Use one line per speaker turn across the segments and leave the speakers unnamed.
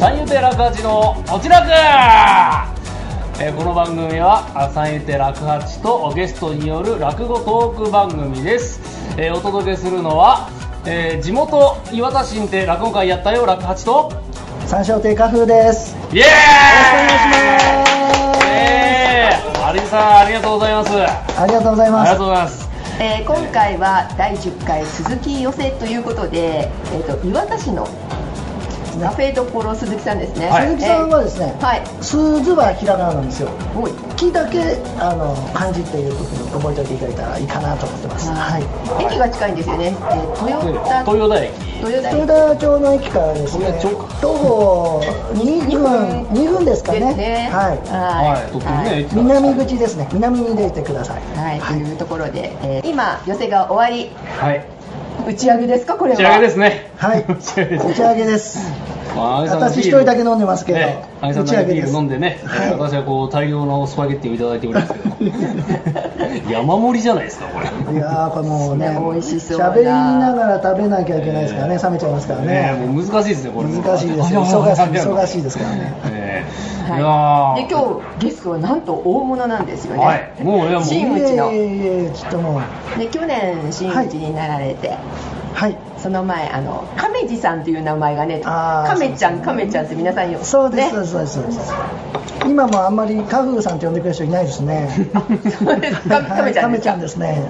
ラジのこちらくえーこの番組は朝ゆて落八とゲストによる落語トーク番組です、えーお届けするのは、えー地元岩田新で落語会やったよ落八と
三照亭花風です。
イエーイよろしくお願いし
ます
えー、マリさんありがとうございますあ
ありがとうござい
り
ま
が
す
と。うございます
えー今回は第10回鈴木寄せということで、えー、と岩田市のカフェどころ鈴木さんですね、
はい
鈴木さんはですね、
はい
鈴はひらがななんですよ。
おい
木だけあの漢字っていうことで覚えておいていただいたらいいかなと思ってます。はい。
駅が近いんですよね、えー、豊田
豊田駅
豊田
豊田町の駅からですね
豊田町か。
徒歩2分
分
2分ですか
で
ね。
すね
は
はい
とってもね、
はい
い。南口ですね。南に出てください。
はいというところで、えー今寄せが終わり
はい
打ち上げですかこれ
打
は
ち上げですね
はい。
打ち上げです
打ち上げです。
まあ、
私一人だけ飲んでますけど
ね、アイさん
打ち
だ
上
けビ
げで
ー
す
ル飲んでね、
はい
私はこう大量のスパゲッティをいただいておりますけ ど山盛りじゃないですかこれ
いやーこのね、
ね美味しそうな
喋りながら食べなきゃいけないですからね、冷めちゃいますから
ね
ね。
もう難しいですねこれ
難しいですよ。忙しい、忙しいですからね。
ね
はいい
やー
で今日ゲストはなんと大物なんですよね、
はいもういやもう
いえ
真
い
打ちの
えいえ、ちょっともう、
で去年真打ちになられて、
はい。
その前あの亀治さんという名前がね
あー
亀ちゃん亀ちゃんって皆さんよ
そうです、そう
ね
です、そうですそうです。今もあんまりカフーさんって呼んでくれる人いないですね。
そうです亀亀ちゃん
は
で
い
す
ちゃんですね。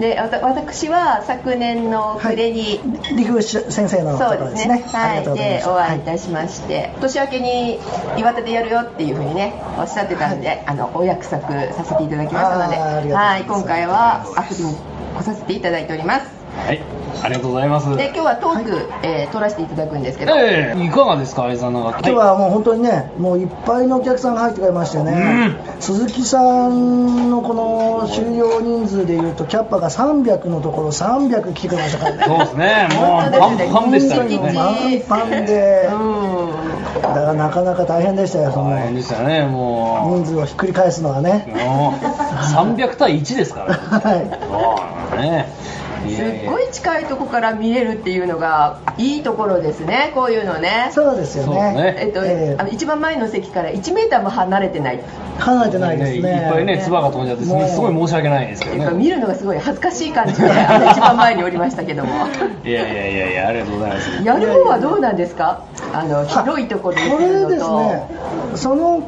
でわた私は昨年の暮れに、
陸口先生のとこ
そう
ろ
で
ですす
ね
ね。あり
は
がとうご
い
ざいま。
ですお会いい
はい
たしまして、年明けに岩手でやるよっていうふうにねおっしゃってたんで、あのお約束させていただきましたので
あーありがとうござ
はい
ます
い今回は遊びに来させていただいております
はいありがとうございます
で今日はトーク、えー撮らせていただくんですけど、
ええいかがですかアイさんなんか
今日はもう本当にね、もういっぱいのお客さんが入ってくれましてね、鈴木さんのこの収容人数でいうと、キャッパが300のところ、300来てくれましたからね。
そうですねもうパンパンでしたよ
本当に
ね
満帆で、
うん
だからなかなか大変でしたよ、そ
大
の
変でしたねも
人数をひっくり返すのは
う
ね。
もう300対1ですからね
は
そうねい
す
やや
っごい近いとこから見れるっていうのがいいところですねこういうのね
い、そうですよ
そうね
ね。
えっと、
ええ
あの一番前の席から1メーターも離れてないって
離れてないですね。
いっぱいね、唾が飛んじゃって、すごいすごい申し訳ないですけど
いうか
ね。
見るのがすごい恥ずかしい感じ であの一番前におりましたけども
いやいやいやいや、ありがとうございます。
やる方はどうなんですかあの広いところで
こ
する
れ
の
です
と、
ね、その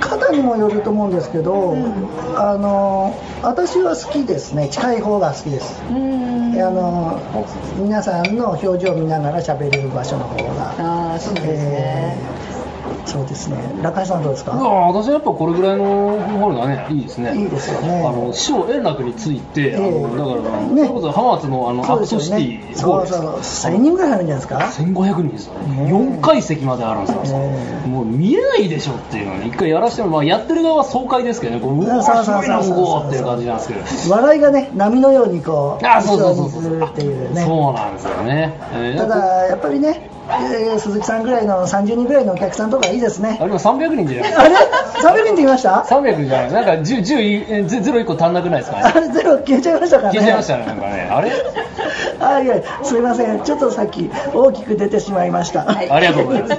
方にもよると思うんですけど、あの私は好きですね、近い方が好きです。
うーん
あの皆さんの表情を見ながら喋れる場所の方が、
ああそうですね、
えーそうですね。中井さんどうです
う
か？
わ私はやっぱこれぐらいの方がねいいですね
いいですよ
あ
ね
の師匠円楽について、あ
え
の
え
だから、
ね
それこそ浜松のあのアクトシティ
そ
そう
う
です
そう、千人ぐらい入るんじゃないですか？
1500人ですよ、
ねえ
4階席まであるんですよ、
ね
もう見えないでしょっていうのね一回やらしても、まあ、やってる側は爽快ですけどねこううわ
そう
す
そうそうそう
ごいなここっていう感じなんですけど
笑いがね波のようにこう
あそうそうそう
一
そ
緒
う
にずるっていうね。
そうなんですよね、えー
ただやっぱりね、えー鈴木さんぐらいの30人ぐらいのお客さんとかいいですね
あ。れも300人じゃない
あれ300人って言いました
三百じゃない、なんか10、10いえ、ゼゼロ一個足んなくないですか
あ
ね。
れゼロ消えちゃいましたからね
消えちゃいましたね、なんかね、あれ、
あいやすいませんちょっとさっき大きく出てしまいました、
はい
ありがとうございます。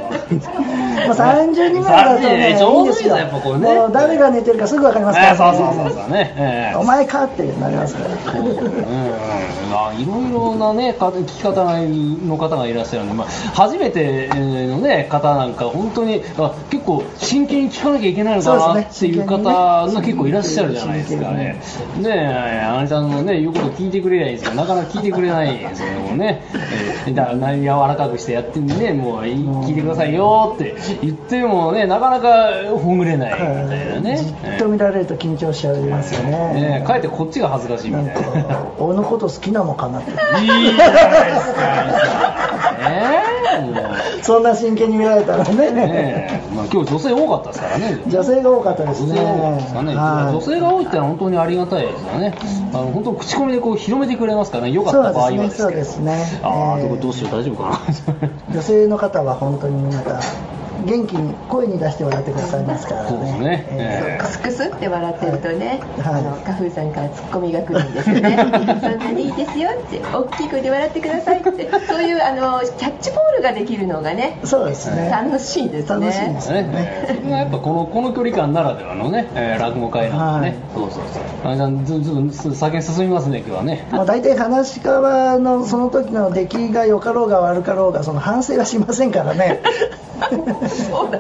もう30人ぐらいだとね、
30ちょうどいいです
ですよ
ねやっぱこれね
もう誰が寝てるかすぐ分かりますから、
えー、そうそうそうそうね、え
お前かってなりますから
えそううんうん、まあ、いろいろなね、か聞き方がいるの方がいらっしゃるんで、まあ、初めてえーのね、方なんか、本当に、あ、結構真剣に聞かなきゃいけないのか
そう
な
で
って
すね
いう方が結構いらっしゃるじゃないですかね。ねえ、あなたのね、言うこと聞いてくれりゃいいですけど、なかなか聞いてくれないですよね、もうね。えーだから、柔らかくしてやってんでね、もうい聞いてくださいよって言ってもね、なかなかほぐれないみたいなね。
じっと見られると緊張しちゃいますよ
ね
ね、
え、かえってこっちが恥ずかしいみ
なん
たいな。
か俺のこと好きなのかなって
いいじゃないですか。ねえ、もう
そんな真剣に見られたらね
ねえ、まあ今日女性多かったですからね。
女性が多かったです
女
ね
性が多いですかね
はい
女性が多いってのは本当にありがたいですよね、あの本当、口コミでこう広めてくれますからね、よかった場合はですけど、
そうですねそうですね
ああ、
ええ
どうしよう、大丈夫かな、
女性の方は本当にまた元気に声に出して笑ってくださいますからね
そうですね
え
ええ
クスクスって笑ってるとね、
はい
あの花粉さんからツッコミが来るんですよねそんなにいいですよって大きい声で笑ってくださいってそういうあのキャッチボールができるのがね
えそうですね
楽しいです
楽しいで
ね
す
ねえーそれがやっぱこのこの距離感ならではのね、えー落語会なんでね、そうそうそうあれさんずずずず先進みますね今日はね
もう大体話し家のその時の出来が良かろうが悪かろうがその反省はしませんか らね
そうだ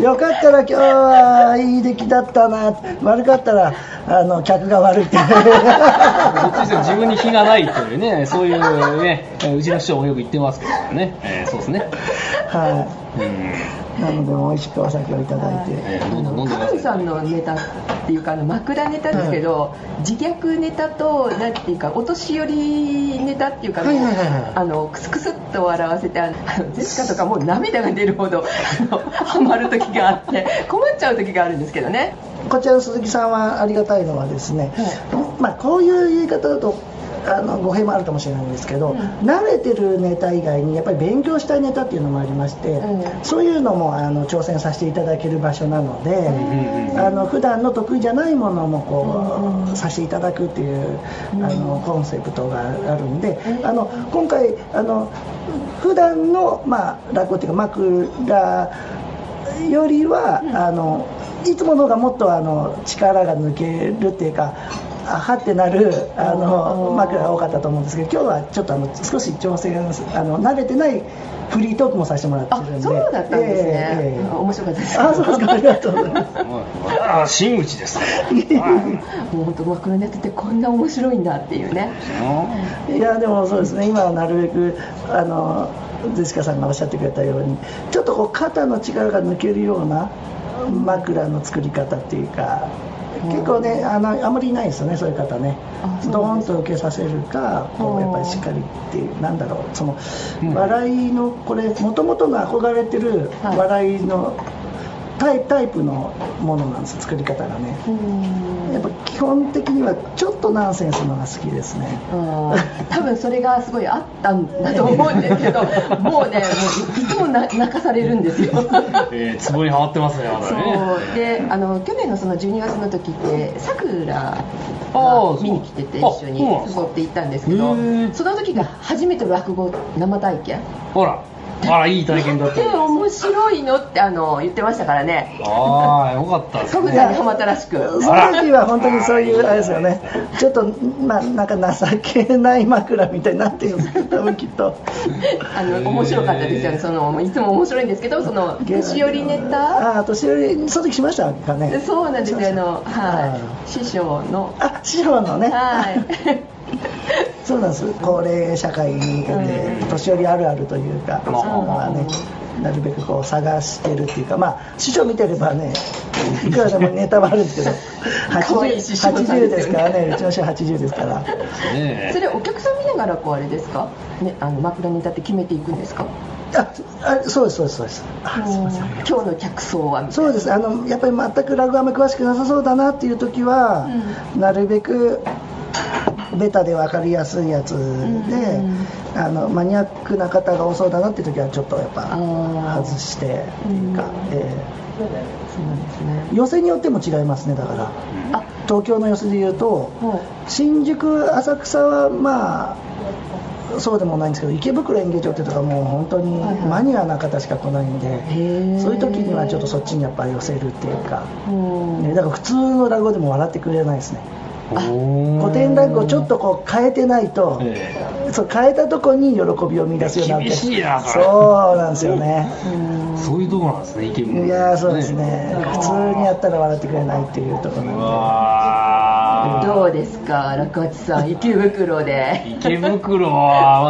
よかったら今日はいい出来だったな悪かったらあの客が悪いって
どっちにしても自分に非がないというねそういうねえーうちの師匠もよく言ってますけどね、えーそうですね
は
うん、
いなので美味しくお酒をいただいて、
えー
あ
どんどんど
の
んどん
カンさんのネタっていうかあの枕ネタですけど、自虐ネタとなんていうかお年寄りネタっていうか、
はいはいはいはい
あのクスクスっと笑わせてあのジェシカとかもう涙が出るほどあのハマる時があって困っちゃう時があるんですけどね
こちらの鈴木さんはありがたいのはですね、まあ、こういう言い方だとあの語弊もあるかもしれないんですけど、
うん
慣れてるネタ以外にやっぱり勉強したいネタっていうのもありまして、
うん
そういうのもあの挑戦させていただける場所なので、あの普段の得意じゃないものもこう、させていただくっていうあのコンセプトがあるんで、あの今回あの普段のまあ落語っていうか枕よりは、あのいつもの方がもっとあの力が抜けるっていうかあはってなるあの枕が多かったと思うんですけど今日はちょっとあの少し調整があの慣れてないフリートークもさせてもらって
あ
るんで
そうだったんですね、
ええええ
面白かったです
あそうですかありがとうございます
ああ真打ちです
もう本当枕ネタってこんな面白いんだっていうね
いやでもそうですね今はなるべくあのジェシカさんがおっしゃってくれたようにちょっとこう肩の力が抜けるような枕の作り方っていうか結構ねあのあまりいないですよねそういう方ね
あそう
ド
な
ー
ん
ン
です
と受けさせるかこ
う
うんやっぱりしっかりっていうなんだろうその笑いのこれもともとの憧れてる
はい
笑いのタイタイプのものなんです作り方がね
うん
やっぱ基本的にはちょっとナンセンスのが好きですね
うん多分それがすごいあったんだと思うんです けどもうねもういつもな泣かされるんですよ。
えー、壺にはまってますねまだね
そうであの去年のその12月の時ってさく
あ
らが
ー
見に来てて
そう
一緒に
あそうなんですか
誘って行ったんですけ
へ
ど
ー
その時が初めての落語生体験
ほらあらいい体験だっ
で
た
面白いのってあの言ってましたからね
ああよかったです
さく
ね
らにハマったらしく
その時は本当にそういうあれですよねちょっとまあなんか情けない枕みたいになってるんですけど多分きっと
あの面白かったですよねそのもういつも面白いんですけどその年寄りネタ
ああ年寄りその時しましたかね
そうなんですよあの、は、
はい
師匠の、
あ師匠のね
はい、
そうなんです高齢社会に向けて年寄りあるあるというか、そういうのはねなるべくこう探してるっていうかまあ師匠見てればねいくらでもネタはあるんですけど
可愛い師匠さんですよね
80ですからねうちの師匠80ですから
ね
それお客さん見ながらこうあれですか、ね、あの枕ネタって決めていくんですか
ああそうですそうですそうですあすいません
今日の客層はみたい
そうですあのやっぱり全く落語あんまり詳しくなさそうだなっていう時は、なるべくベタで分かりやすいやつで、
ん
あのマニアックな方が多そうだなっていう時はちょっとやっぱ
あー
外してっていうか、え
なそうなんですね
え寄せによっても違いますねだから
あ
東京の寄せで言うと
も
新宿浅草はまあそうでもないんですけど池袋演芸場ってとかもう本当にマニアな方しか来ないんで、
うへえ
そういう時にはちょっとそっちにやっぱ寄せるっていうか、ね、だから普通の落語でも笑ってくれないですね古
古
典落語ちょっとこう変えてないと、
え
そう変えたとこに喜びを見出すようになって
厳しいなそれ
そうなんですよね
えそういうとこなんですねイケメン
いやーそうですね普通にやったら笑ってくれないっていうところ
う
なん
わー
どうですか落八さ ん池袋で
池袋は、ま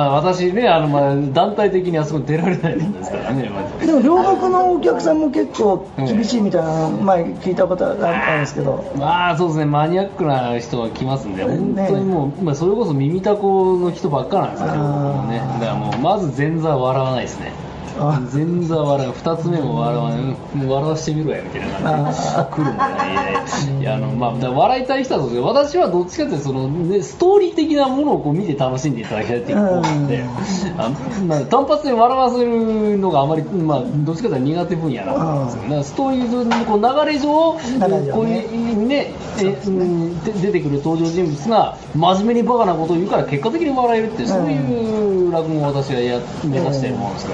あ、私ねあの、まあ、団体的にあそこ出られないんですからね、ま
ででも両国のお客さんも結構厳しいみたいなの前聞いたことあったんですけど
あ、まあそうですねマニアックな人が来ますんで本当にもう、まあ、それこそ耳たこの人ばっかなんですよね
あー
ねだからもうまず前座は笑わないですね
あ
全座笑う二つ目も笑わないうんもう笑わしてみろやみたいな感じで来るもんねいやいやあのまあだから笑いたい人はそうですけど私はどっちかっていうとその、ね、ストーリー的なものをこう見て楽しんでいただきたいっていうのがあってあまあ単発で笑わせるのがあまりまあどっちかというと苦手分野なんですよねストーリー上のこう流れ上
流れ上
こう
ね
いうねえうんで出てくる登場人物が真面目にバカなことを言うから結果的に笑えるっていうそういう落語を私はや目指してるもんですか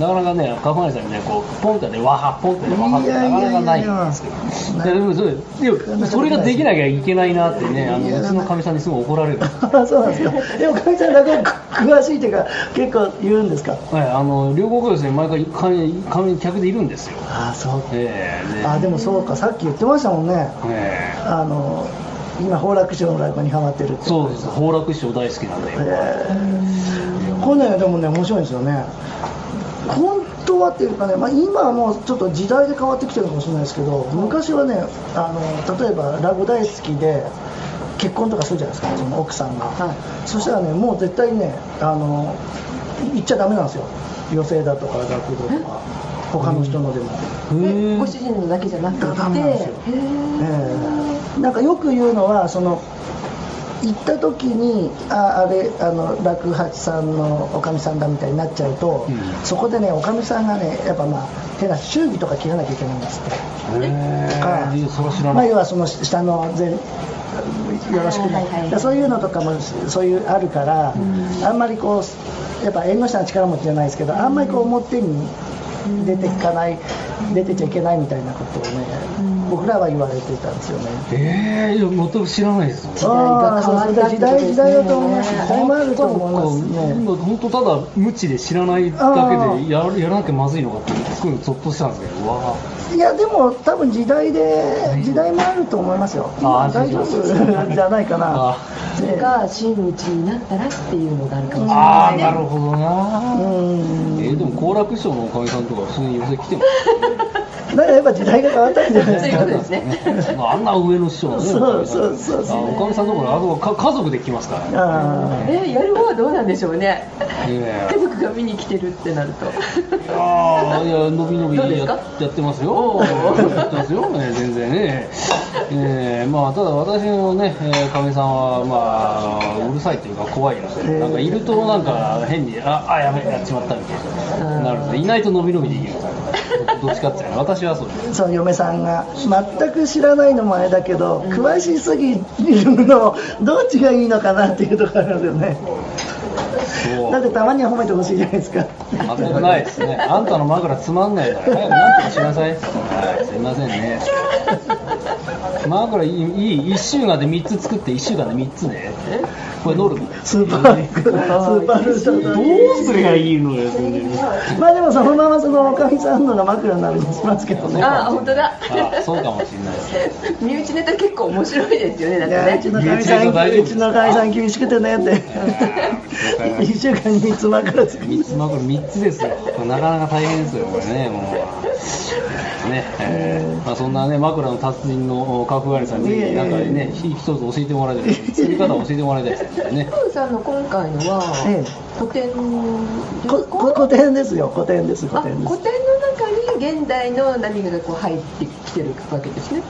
ら、なかなかね角張さんみたいにこうポンってねわはポンってねわはってなかなかないんですけどいやでもそれでもそれができなきゃいけないなってねあのうちのかみさんにすごい怒られるんですよ
あそうなんですかでもかみさん落語詳しいっていうか結構言うんですか
はい、あの両国ですね毎回紙紙客でいるんですよ
ああそう
ええね
あでもそうかさっき言ってましたもんね
ええ
あの今宝楽師匠の落語にハマってるって
そうです崩落師匠大好きなんで、
へえこれねでもね面白いんですよね本当はっていうかね、まあ、今はもうちょっと時代で変わってきてるのかもしれないですけど昔はねあの例えばラグ大好きで結婚とかするじゃないですかその奥さんが、そしたらねもう絶対ねあの行っちゃダメなんですよ余生だとか落語とか他の人のでも。
へえ
ご主人のだけじゃなくて
ダメなんですよ
へー
ええなんかよく言うのはその行った時にああれあの落八さんのおかみさんだみたいになっちゃうと、
うん
そこでねおかみさんがねやっぱまあ変な祝儀とか切らなきゃいけないんですって、
へえいやそれは知ら
ま
な
あ、
い
要はその下の全よろしくね、
はいはいはい
そういうのとかもそういうあるから、あんまりこうやっぱ縁の下の力持ちじゃないですけどあんまりこう表に出ていかない出てちゃいけないみたいなことをね、僕らは言われてたんですよね。
ええいや全く知らないです
時代が変わった時代時代だと思います時代もあると思いますね
本当ただ無知で知らないだけでややらなきゃまずいのかってすごいゾッとしたんですけどうわ
いやでも多分時代で時代もあると思いますよ
あー
大丈
そう
夫
です
じゃないかな
あ
それが真打ちになったらっていうのがあるかもしれ
あ
な
ー
い
なるほど
う
な、
ん
えーでも好楽師匠のおかみさんとか普通に寄せ来ても
だからやっぱ時代が変わったんじゃないですか
そういうことですね
まああんな上の師匠のね
そうそうそうそう
あおかみさんところあとか家族で来ますからね
あ
えやる方はどうなんでしょうね
ええ
家族が見に来てるってなると
ああ、いや、伸び伸び
どうです
や
か
やってますよ。やってますよ、ね、全 然ね。えー、まあ、ただ私のね、えー、亀さんは、まあ、うるさいというか怖いので、なんかいるとなんか変に、あ、あ、やべえ、やっちまったみたいな。なるほど。いないと伸び伸びできるタイ プ。どっちかっていうと私はそうです。
あその嫁さんが全く知らないのもあれだけど詳しすぎるのをどっちがいいのかなっていうところあるよね
そう
だってたまには褒めてほしいじゃないですか
全くないですね。あんたの枕つまんないから、早くなんとかしなさい。はい、すいませんね。枕いい、いい、1週間で3つ作って、1週間で3つね。これ乗るの
スーパースーパールーターだ
どうすりゃいいのよ、それで
まあでもそのままそのおかみさんのが枕になるにしますけどね。
ああ本当だ
あそうかもしれないです。
身内ネタ結構面白いですよねだ
い
か
や
ら
うち
ね
のかみさ
いや大
ん、
丈夫
うちのかみさん厳しくて ねって。一週間に三つ枕つく。
三つまこれ三つですよ。なかなか大変ですよこれねもうね、えーまあそんなね枕の達人の角刈りさんにぜひなんかねひ一つ教えてもらいたい作り方を教えてもらいたいですよね。
トムさんの今回の
え
は古典
こ、こ、古典ですよ、古典です、古
あ
典で
古典の中に現代の何がこう入ってきてるわけですね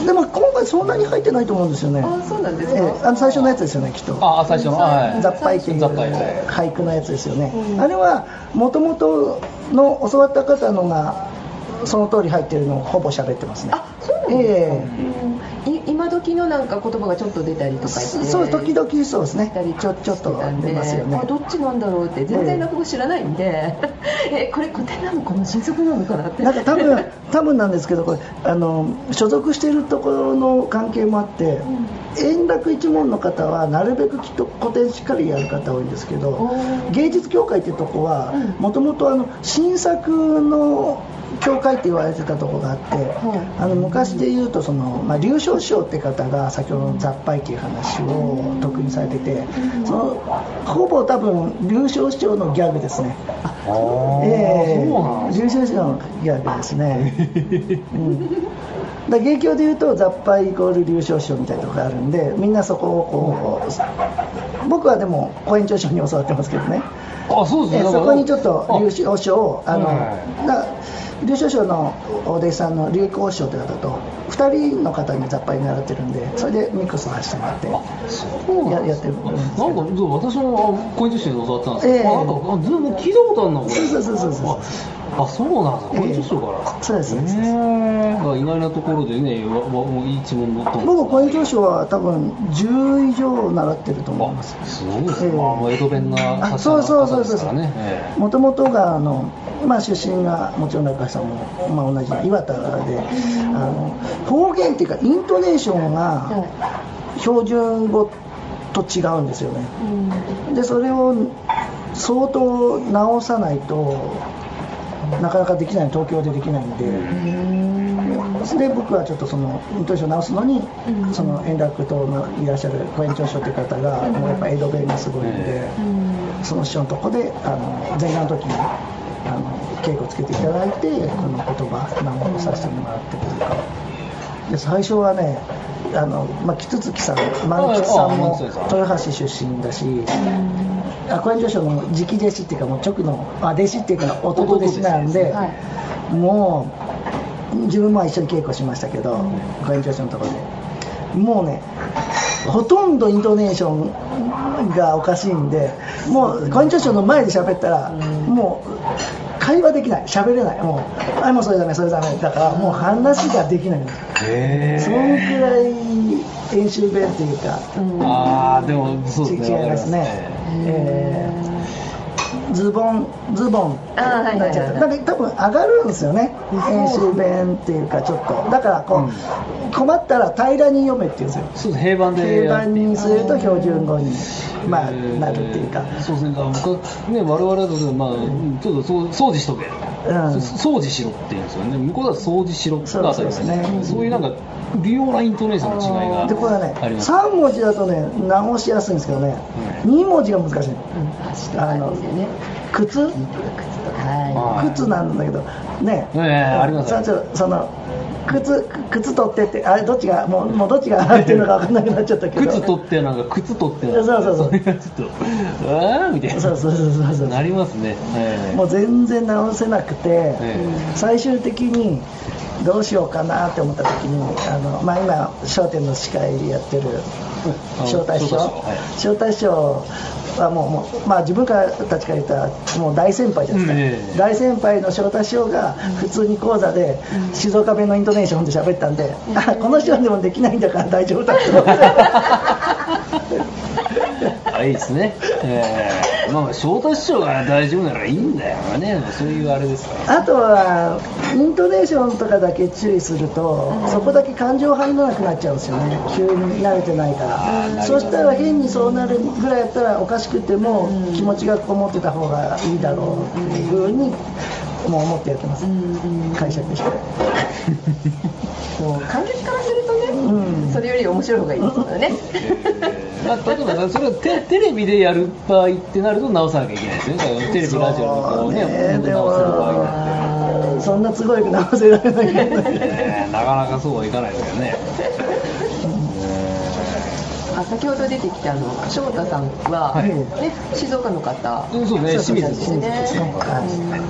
す。でも、今回そんなに入ってないと思うんですよね。
あそうなんです
え
か、
えあの最初のやつですよね、きっと。
あ最初のはい。
雑牌っていう
雑牌はい
俳句のやつですよね、あれはもともとの教わった方のがその通り入ってるのをほぼ喋ってますね
あそうなんですか、
ええ
い今時のなんか言葉がちょっと出たりとかして
そう時々そうですね
たり
ちょちょっと出ますよね
あどっちなんだろうって全然落語知らないんで、えこれ古典なのかな新作なのかなって
なんか多分多分なんですけどこれあの所属しているところの関係もあって、円楽一門の方はなるべくきっと古典しっかりやる方多いんですけど
ー
芸術協会ってとこはもともと新作の協会って言われてたとこがあって、
は
あの昔で言うとその、まあ、龍昇師匠って方が先ほどの雑牌っていう話を得意にされてて、そのほぼ多分龍昇師匠のギャグですね。
あー
ええ
そうなんです
重症者の役ですね、うん、だから芸協でいうと雑把イコール流暢師匠みたいなとこがあるんでみんなそこをこう僕はでも公演長師匠に教わってますけどね
あそうです
え
ね
そこにちょっ
あ
と劉少将をあの、
はい
な劉少将のお弟子さんの劉光将という方と2人の方に雑把に習ってるんでそれでミックスを走ってもらって
そうなんですね
ややってる
なんかそう私もあコイン女子に教わってたんです
え
け
え
ど、あなんかあずいぶん聞いたことあるなこれ
そうそうそうそうそう
ああそうなんですかコイン女子から、
そうですね
へー意外なところでねわわもう一問のと
僕コイン教師は多分10以上習ってると思い
あ
ます
すごいですね、
ええ
まあもう江戸弁な作
あそう
家
そう
の
そ
方
う
で
そう
す
そ
から
う
ねええ
もともとがあの、まあ、出身がもちろん中井さんも、まあ、同じ岩田であの方言っていうかイントネーションが標準語と違うんですよねでそれを相当直さないとなかなかできない東京でできないんで、で僕はちょっとその運転手を直すのに、その円楽党のいらっしゃる小園長所という方が、もうやっぱ江戸弁がすごいんで、その師匠のとこであの前夜の時にあの稽古つけていただいてこの言葉直をさせてもらってというか。で最初はねあの、まあ、キツツキさん万吉さんも
ああ満吉さん
豊橋出身だし赤円女将の直弟子っていうかもう直のあ弟子っていうか弟弟子なんで
はい
もう自分も一緒に稽古しましたけど赤円女将のところでもうねほとんどイントネーションがおかしいんでもう婚姻長の前で喋ったらもう会話できない喋れないもうあもうそれダメそれダメだからもう話ができない
へえ
そのくらい演習弁っていうか
ああでもそう
違
で
い
すね
ます
わかりま
ねえーズボンズボン
あーはいはいはい
なっちゃってだから多分上がるんですよね演習弁っていうかちょっとだからこう困ったら平らに読めって言うんです
そ
よ
うです平板で
定
やって
番にすると標準語に、まあ、
えー
なるっていうか、
そうですね、だから僕はね、我々だと、まあ、ちょっとそう掃除しとけ、
うん、
そ掃除しろって言うんですよね、向こうだと掃除しろって
そう
たり
そうですね
そういうなんか、微妙なイントネーションの違いが
でこれはね
あります。
3文字だとね直しやすいんですけどね、2文字が難しい
足とかですよね
靴
靴とかは
はい
靴なんだけどね
ええあります
さちょっとその靴靴取ってってあれどっちがもうもうどっちが入ってるのか分かんなくなっちゃったけど
靴取ってなんか靴取ってなんか
そうそうそう
れがちょっとああみたいな
そうそうそうそうそう
なりますね、え
もう全然直せなくて、
え
最終的にどうしようかなって思った時にあの、まあ、今『笑点』の司会やってる
あ
招待師匠
招待師匠はい
招待師匠はもうもう、まあ、自分からたちから言ったらもう大先輩じゃないですか、
うんええ
大先輩の招待師匠が普通に講座で静岡弁のイントネーションで喋ったんで、あこの人でもできないんだから大丈夫だと思
えあいいですね、ええまあ、翔太師匠が大丈夫ならいいんだよねそういうあれですから
あとはイントネーションとかだけ注意すると、そこだけ感情入らなくなっちゃうんですよね急に慣れてないから、
ー
そしたら変にそうなるぐらいやったらおかしくても、気持ちがこもってた方がいいだろうっていうふうにもう思ってやってます、解釈して
いもう観客からするとね、
うん
それより面白い方がいいですよね
まあ、例えばそれはテテレビでやる場合ってなると直さなきゃいけない ですねだからテレビラジオのこうね
そうねで
直せる場合があって
もそんな都合よく直せられないけどね
ねなかなかそうはいかないですよね
あ先ほど出てきたあの翔太さんは、
はい
ね、静岡の方
うんそうです ね清水
そうですね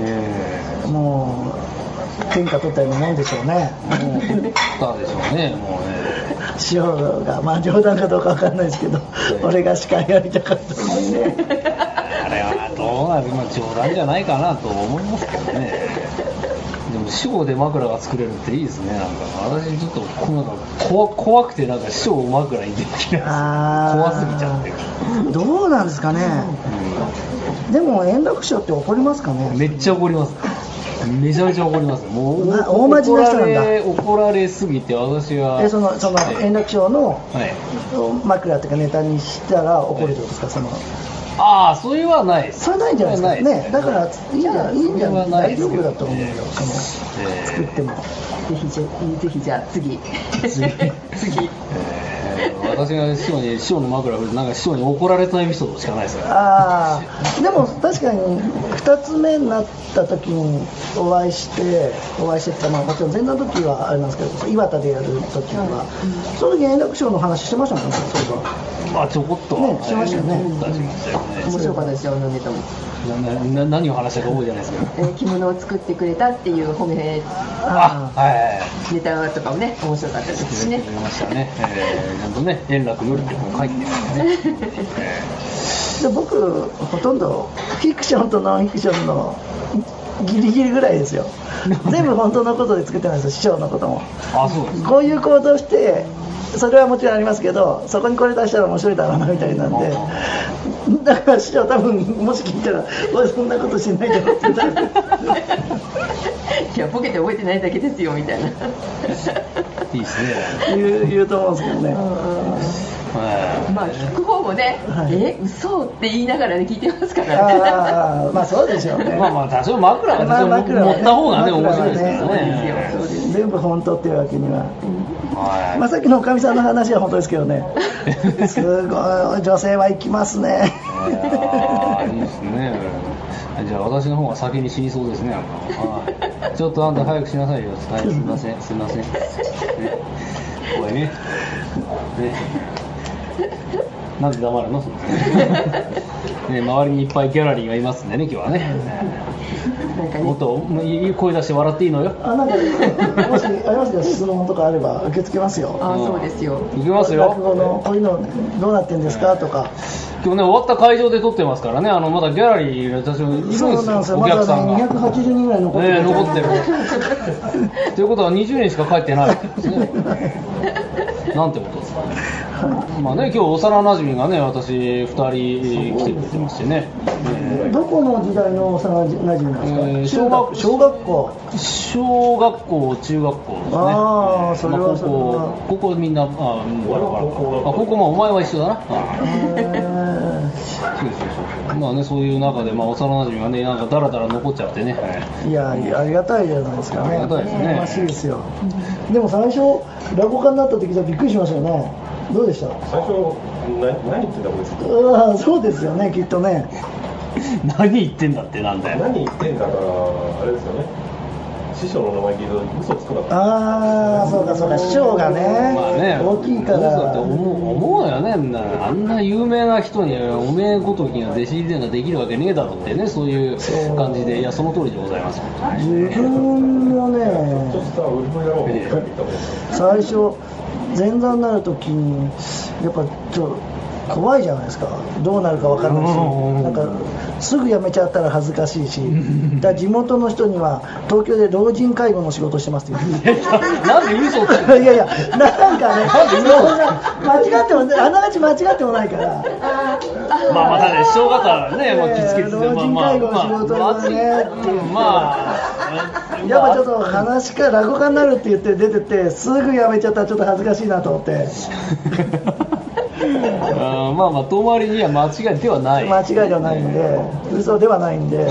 え
もう天下取ったようなもんでしょうね、
えもう取ったでしょうねもうね
塩がまあ冗談かどうかわかんないですけど、俺が司会やりたかったもんね
あれはどうなるまあ冗談じゃないかなと思いますけどねでも師匠で枕が作れるっていいですねなんか私ちょっとこうなんか怖怖くてなんか師匠を枕にできない
あ
怖
ー
すぎちゃって
どうなんですかね、でも円楽師匠って怒りますかね
めっちゃ怒ります。めちゃめちゃ怒ります。もう、
な大真面目な人なんだ
怒られ怒られすぎて、私は。
えそのその
はい
円楽師匠の
はい。
枕というかネタにしたら怒るってことですかその
ああ、それはないです。
それないんじゃないですか
それは
ねだからいいんじゃないいいんじゃな
それ
い
はないで
大
す
丈
けど
夫だと思うよその
えー
作っても
ぜひじゃぜひじゃあ次 次
えー私が師匠に、師匠の枕を振ると、なんか師匠に怒られたエピソードしかないですから。
ああでも確かに2つ目になっった時にお会いしてお会いしてってまあもちろん前座の時はあれなんですけど岩手でやる時は、その時円楽賞の話してましたもんねそういえば
まあちょこっと
ねしましたよね
ちょこっとはしましたよね
面白かったですよあのネタも、
ななな何を話したか覚えてないですけど
えー着物を作ってくれたっていう褒め
あはいはいはい
ネタとかもね面白かったですし
ね
ね、
ましたね。えー、ちゃんとね、円楽よりってこう書いてますね。
で僕ほとんどフィクションとノンフィクションのギリギリぐらいですよ全部本当のことで作ってないですよ師匠のことも
あ、そうです。
こういう行動してそれはもちろんありますけどそこにこれ出したら面白いだろうなみたいなんでだから師匠多分もし聞いたら「おいそんなことしないだろ」って言ったら
いやボケて覚えてないだけですよみたいな
いいですね。
言う言うと思うんですけどね
はい。
まあ聞く方もね、
はい
え嘘って言いながらね聞いてますからね
ああまあそうでしょうね
まあまあ、多少枕は
まあ
多少
枕は
持
ね
った方がね、面白いですから
枕はね
ね。
全部本当っていうわけには、
はい。
まあ、さっきのおかみさんの話は本当ですけどねすごい女性は行きますね
あーいいですね。じゃあ私の方が先に死にそうですね。なんかはいちょっとあんた早くしなさいよ。はい、すみません、すみません。ね、怖いね。ね。なんで黙るの？そのね、周りにいっぱいギャラリーがいますんでね、今日はね。
なんか
も
ね
っともういい声出して笑っていいのよ。
あなんかもしありますか質問とかあれば受け付けますよ
ああそうですよ
いきます
落語の
よ。
こういうのどうなってんですかとか、
今日ね、終わった会場で撮ってますからね。あのまだギャラリーが私もいるんですよ。
そうなんですよ、
お
まだ
客
ね
さんが。
280人ぐらい残って
ええ
る、
残ってる。 ということは20人しか帰ってないですね。 なんてことですかね。まあね、今日幼馴染がね、私2人来てくれてましてね。
どこの時代の幼なじみなんですか、
えー小学
小学校、
小学校、中学校ですね。
あーそれは
まあ高
それは
校、高校みんな、あ、もうバラバラか。
高校
あ、高校まあお前は一緒だな。あ
え
そうそうそう。まあね、そういう中で、まあ幼馴染がね、なんかダラダラ残っちゃってね。
ーいや、ありがたいじゃないですかね、
ありがたいですね
羨ましいですよ、でも最初、落語家になった時はびっくりしましたよね、どうでした
最初な何言ってたんですか
うんそうですよね、きっとね、
何言ってんだってなんだよ。
何言ってんだからあれですよね師匠の名前聞いた時嘘つくなかっ
ああ、そうか、そうか、師匠がね、
まあね、
大きいから、
そうだって思う思うよね、みんなあんな有名な人に、おめえごときが弟子入りなんかできるわけねえだろってね、そういう感じで、いや、その通りでございます。
自分も
たちょっ
ね
と、さ売り物やろうって言ったもん
最初前座になるときにやっぱちょっと怖いじゃないですかどうなるかわからないし
うん
なんかすぐ辞めちゃったら恥ずかしいしだから地元の人には東京で老人介護の仕事してますって言って。
なんで嘘つく
いやいや、なんかね、そんな間違っても、あながち間違ってもないから、
まあまあ、だね、正月はね、まあ、きつきつで、
老
まあ
人
まあ、
介護
ま
の仕事
あ、
だねって言って
ま あ、
やっぱちょっと話か落語家になるって言って出てて、すぐ辞めちゃったらちょっと恥ずかしいなと思って、
うんまあまあ、遠回りには間違いではない。
間違いではないんで、嘘ではないんで。
え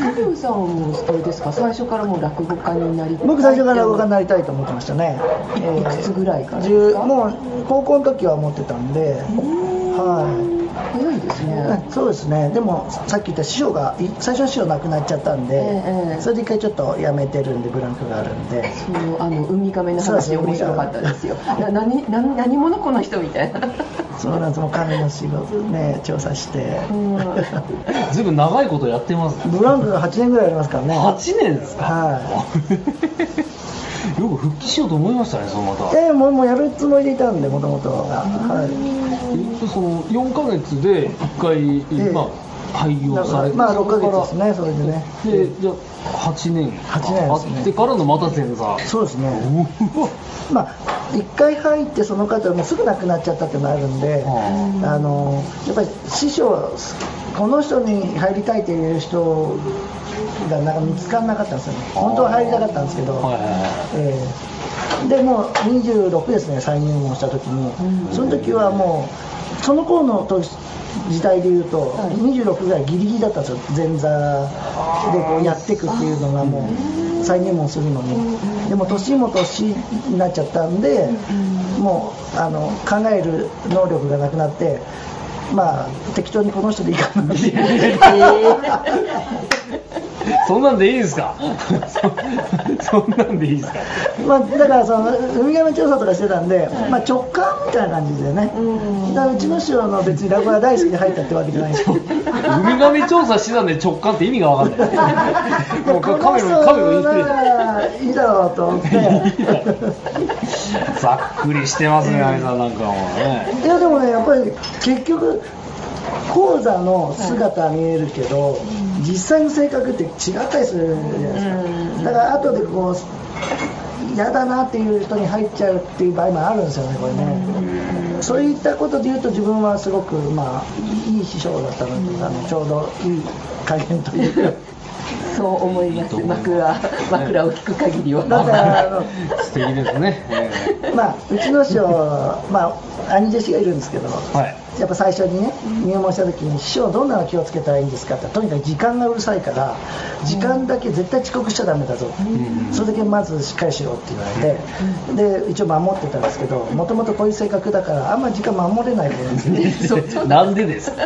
加藤さんもあれですか最初からもう落語家になりたい
僕最初から落語家になりたいと思ってましたね、えー
いくつぐらいからです
10
か
もう高校の時は思ってたんで、は
早いです
い、
ね
そうですねでもさっき言った師匠がい最初は師匠亡くなっちゃったんで、
ええ
それで一回ちょっと辞めてるんでブランクがあるん で
そのあのウミガメの話面白かったですよな何何何者この人みたいな
そうなんですもう神の仕事ね調査して
うん
ずいぶん長いことやってます。
ブランクが8年ぐらいありますからね
8年ですか。
は
よく復帰しようと思いましたね、そのまた。
いええもうもうやるつもりでいたんでもともとは、はい、
その4ヶ月で1回、
ええ
まあ、廃業
だか
され
ら
て
まあ6ヶ月ですねそれでね
でじゃあ8年
8年ですね
あってからのまた前座
そうですね、
うわ
まあ、1回入ってその方もうすぐ亡くなっちゃったっていうのがあるんで、
あ
あのやっぱり師匠この人に入りたいっていう人がなんか見つからなかったんですよね本当は入りたかったんですけど、
はいはいは
ええでもう26ですね再入門した時に、その時はもうその頃の時時代でいうと、26ぐらいギリギリだったんですよ前座でこうやっていくっていうのがもう再入門するのにでも年も年になっちゃったんでもうあの考える能力がなくなってまあ適当にこの人でいいかなっていう
そんなんでいいんですか そそんなんでいいんですか
まあ、だからそのウミガメ調査とかしてたんで、まあ、直感みたいな感じでね、だからうちの師匠の別に落語が大好きで入ったってわけじゃないし、
ウミガメ調査してたんで直感って意味がわかんないもう
こ
カ
の
メ
人
ラカメラ
ならいいだろうと思って、
ざっくりしてますねあいさんなんかもね
いやでもね、やっぱり結局、講座の姿は見えるけど、実際の性格って違ったりするじゃないですか。だから後でこう嫌だなっていう人に入っちゃうっていう場合もあるんですよね、これね。そういったことで言うと、自分はすごく、まあ、いい師匠だったので、あのちょうどいい加減というか、
そう思います枕枕を聞く限りは
だからあの、
素敵ですね、え
まあ、うちの師匠、まあ、兄弟子がいるんですけど、
えはい
やっぱ最初にね入門した時に師匠どんなの気をつけたらいいんですかってとにかく時間がうるさいから時間だけ絶対遅刻しちゃダメだぞ、それだけまずしっかりしろって言われて、で一応守ってたんですけどもともとこういう性格だからあんまり時間守れないもんですよね
なんでですか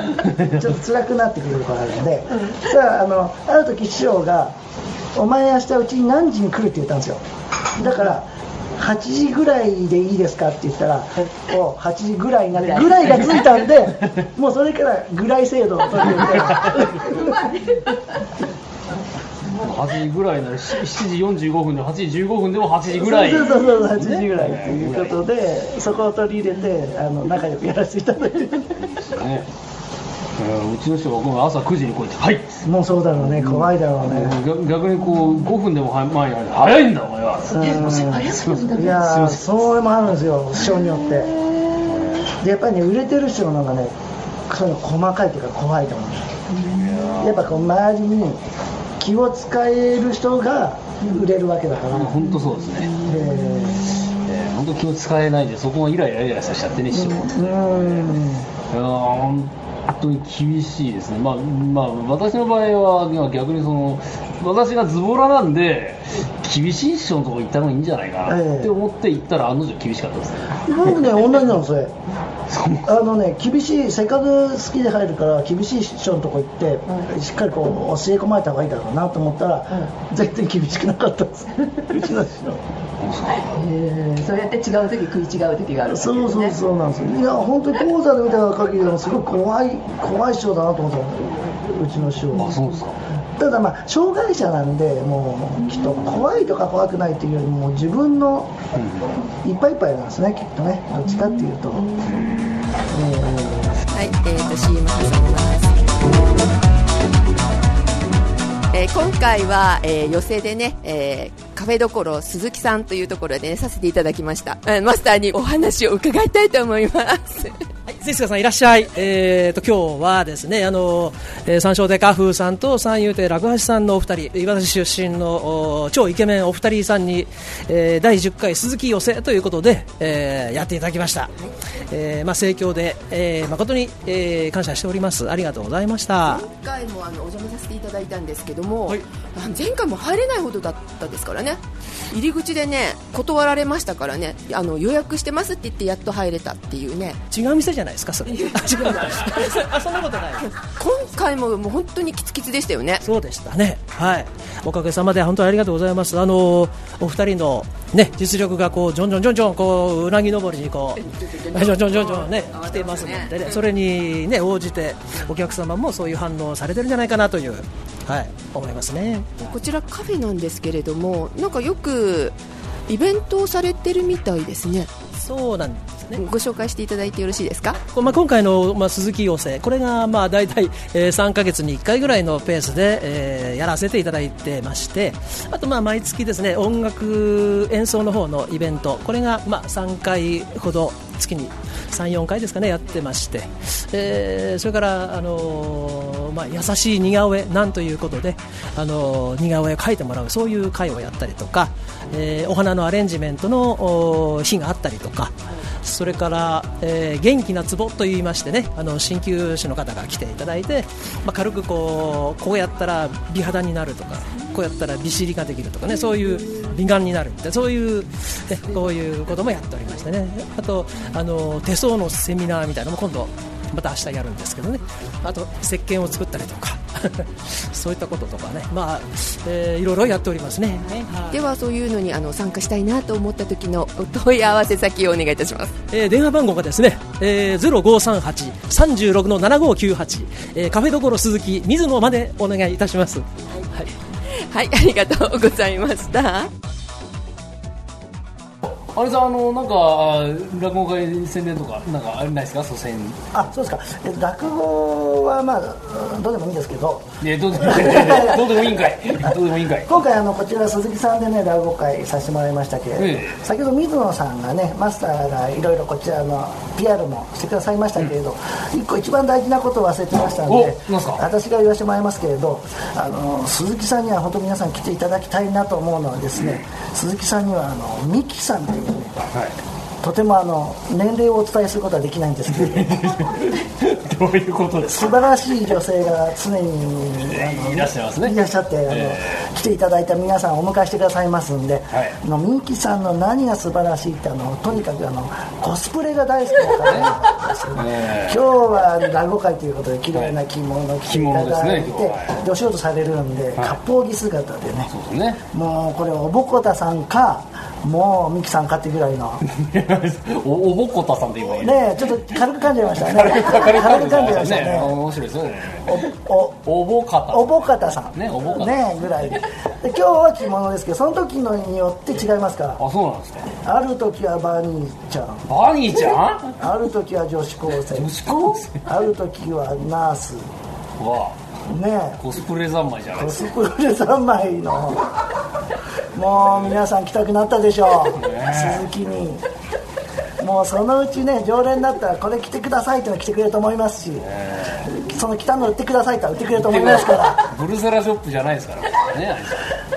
ちょっと辛くなってくるところがあるんで、さああのある時師匠が「お前明日うちに何時に来る?」って言ったんですよだから8時ぐらいでいいですかって言ったら、お8時ぐらいになって、ぐらいがついたんで、もうそれからぐらい制度を取り入れて、
8時ぐらいならし7時45分で8時15分でも8時ぐらい
そうそうそう、8時ぐらいということで、そこを取り入れて、あの仲良くやらせていただいて、
ねえーうちの人がこの朝9時に来いって「はい!」
もうそうだろうね、怖いだろうね。
逆逆にこう5分でも早い前に入る早いんだお前は
うんいやーそれもあるんですよ師匠によってでやっぱりね売れてる人の方がねそういうの細かいというか怖いと思うんですやっぱこう周りに気を使える人が売れるわけだから、
本当そうですね、
で
えー、本当気を使えないでそこがイライライライラさせちゃってね師匠、
うーん
いやー本当に厳しいですね、まあまあ、私の場合は今逆にその私がズボラなんで厳しい師匠のとこ行った方がいいんじゃないか
え
な
え
って思って行ったら案の定厳しかったですね、
僕ね同じなのそれ
そう
あのね厳しいせっかく好きで入るから厳しい師匠のとこ行って、しっかりこう教え込まれた方がいいだろうなと思ったら、全然厳しくなかったです うちの師匠
へえそうやって違う時食い違う時があるわけ
そうそうそうなんですよ、いや本当に講座で見た限りでもすごい怖い怖い師匠だなと思ったのうちの師匠
あそうですか
ただまあ障害者なんでもうきっと怖いとか怖くないというよりも自分のいっぱいいっぱいなんですねきっとねどっちかっていうと、えー
はい、えー、と CM 挟みます、えー今回は、えー寄席でね、えーカフェどころ鈴木さんというところで、ね、させていただきました、えーマスターにお話を伺いたいと思います
はい、ゼスカさんいらっしゃい。えー、と今日はですね、あの、えー、三照亭家風さんと三遊亭落橋さんのお二人、岩手市出身のお超イケメンお二人さんに、えー、第10回鈴木寄せということで、えー、やっていただきました。えー、まあ盛況で、えー、誠に、えー、感謝しております。ありがとうございました。
今回もあのお邪魔させていただいたんですけども、
はい
あ前回も入れないほどだったですからね入り口でね断られましたからねあの予約してますって言ってやっと入れたっていうね
違う店じゃないですかそれ。違う。あそんなことない。
今回ももう本当にキツキツでしたよね
そうでしたね、はい、おかげさまで本当にありがとうございます、あのお二人の、ね、実力がこうじょんじょんじょんじょんこううなぎ登りに こう、じょんじょんじょんじょんね、来ていますので、ね、それに、ね、応じてお客様もそういう反応をされてるんじゃないかなという、はい、思いますね。
こちらカフェなんですけれどもなんかよくイベントをされてるみたいですね
そうなんですね
ご紹介していただいてよろしいですか
こうまあ、今回の、まあ、鈴木養成、これが、まあ、大体、えー、3か月に1回ぐらいのペースで、えーやらせていただいてまして、あと、まあ、毎月ですね、音楽演奏の方のイベント、これが、まあ、3回ほど、月に3、4回ですかね、やってまして、えーそれから、あのーまあ、優しい似顔絵なんということで、あのー似顔絵を描いてもらう、そういう会をやったりとか、えーお花のアレンジメントのおー日があったりとか、それから、えー元気なツボと言いましてねあの鍼灸師の方が来ていただいて、まあ、軽くこうこうやったら美肌になるとかこうやったら美尻ができるとかねそういう美顔になるってそういう、ね、こういうこともやっておりましてねあとあの手相のセミナーみたいなのも今度また明日やるんですけどねあと石鹸を作ったりとか そういったこととかね、まあえーいろいろやっておりますね、はい
ではそういうのにあの参加したいなと思った時のお問い合わせ先をお願いいたします
えー電話番号がですね、えー、0538-36の7598、えーカフェどころ鈴木水野までお願いいたします、はい
はいありがとうございました
あれさん、あの、なんか、落語会宣伝とか、なんかあれないですか、祖先。
あそうですかえ落語はまあうんどうでもいいんですけど
え、どうでもいいんかい。どうでもいいんかい。どうでもいいんかい。
今回あのこちら鈴木さんでね落語会させてもらいましたけれど、
え
先ほど水野さんがねマスターがいろいろこちらの PR もしてくださいましたけれど、一個一番大事なことを忘れてましたんで
おなんすか
私が言わせてもらいますけれどあの鈴木さんには本当皆さん来ていただきたいなと思うのはですね、鈴木さんにはあのミキさんというねとてもあの年齢をお伝えすることはできないんですけれど
どういうことです
素晴らしい女性が常にあの
いらっしゃいますね
いらっしゃってあの、
え
来ていただいた皆さんお迎えしてくださいますんで、
はい
あのみゆきさんの何が素晴らしいってあのとにかくあのコスプレが大好きだから、ね、
かね
今。日は落語会ということで綺麗な着物を着ていただい
着物
て、
ですね今日は
でお仕事されるんで、
い
割烹着姿でね
そうですね。
もうこれおぼこたさんかもうみきさんかってぐらい の
お、おぼこたさんって今言う。
ねえちょっと軽く噛んじゃいましたね
軽く、軽く
軽く噛んじゃいました
ね。
ね
面白いですよね。
おお
おぼかた。
おぼかたさん
ねおぼかた
ねぐらいでで今日は着物ですけどその時のによって違いますから
あ、そうなんですか。
ある時はバニーちゃん
バニーちゃん。
ある時は女子高生
女子高生
ある時はナース
は
ね
コスプレ三昧じゃない
コ
です
スプレ三昧のもう皆さん来たくなったでしょう鈴木にもうそのうちね常連だったらこれ来てくださいっての来てくれると思いますしその来たの売ってくださいってのは売ってくれると思いますから
か。ブルセラショップじゃないですから。ね、あ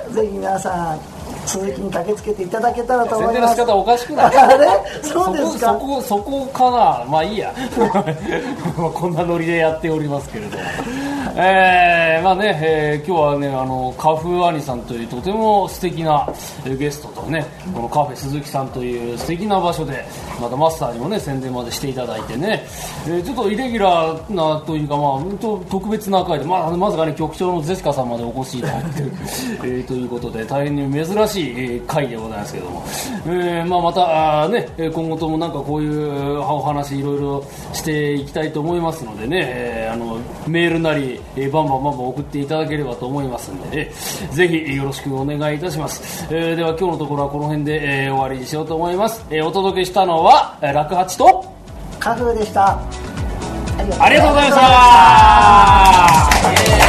れさ
ぜひ皆さん鈴木に駆けつけていただけたらと
宣
思い
伝の
ま
仕
す
方おかしくない。
あれそうです
そ
か
こそこそこかなまあいいや こんなノリでやっておりますけれどもえーまあね、えー今日はねあのカフアニさんというとても素敵なえーゲストとねこのカフェ鈴木さんという素敵な場所でまたマスターにもね宣伝までしていただいてね、えーちょっとイレギュラーなというかまあ本当特別な会でまあまさかね局長のゼシカさんまでお越しいただいてる、 えーということで大変に珍しいえー会でございますけれども、えーまあ、またあーねえー今後ともなんかこういうお話いろいろしていきたいと思いますのでね、えーあのメールなり、えーバンバンバンバン送っていただければと思いますので、えーぜひよろしくお願いいたします、えーでは今日のところはこの辺で、えー終わりにしようと思います、えーお届けしたのはえー楽八と
カフーでした
ありがとうございましたイエーイ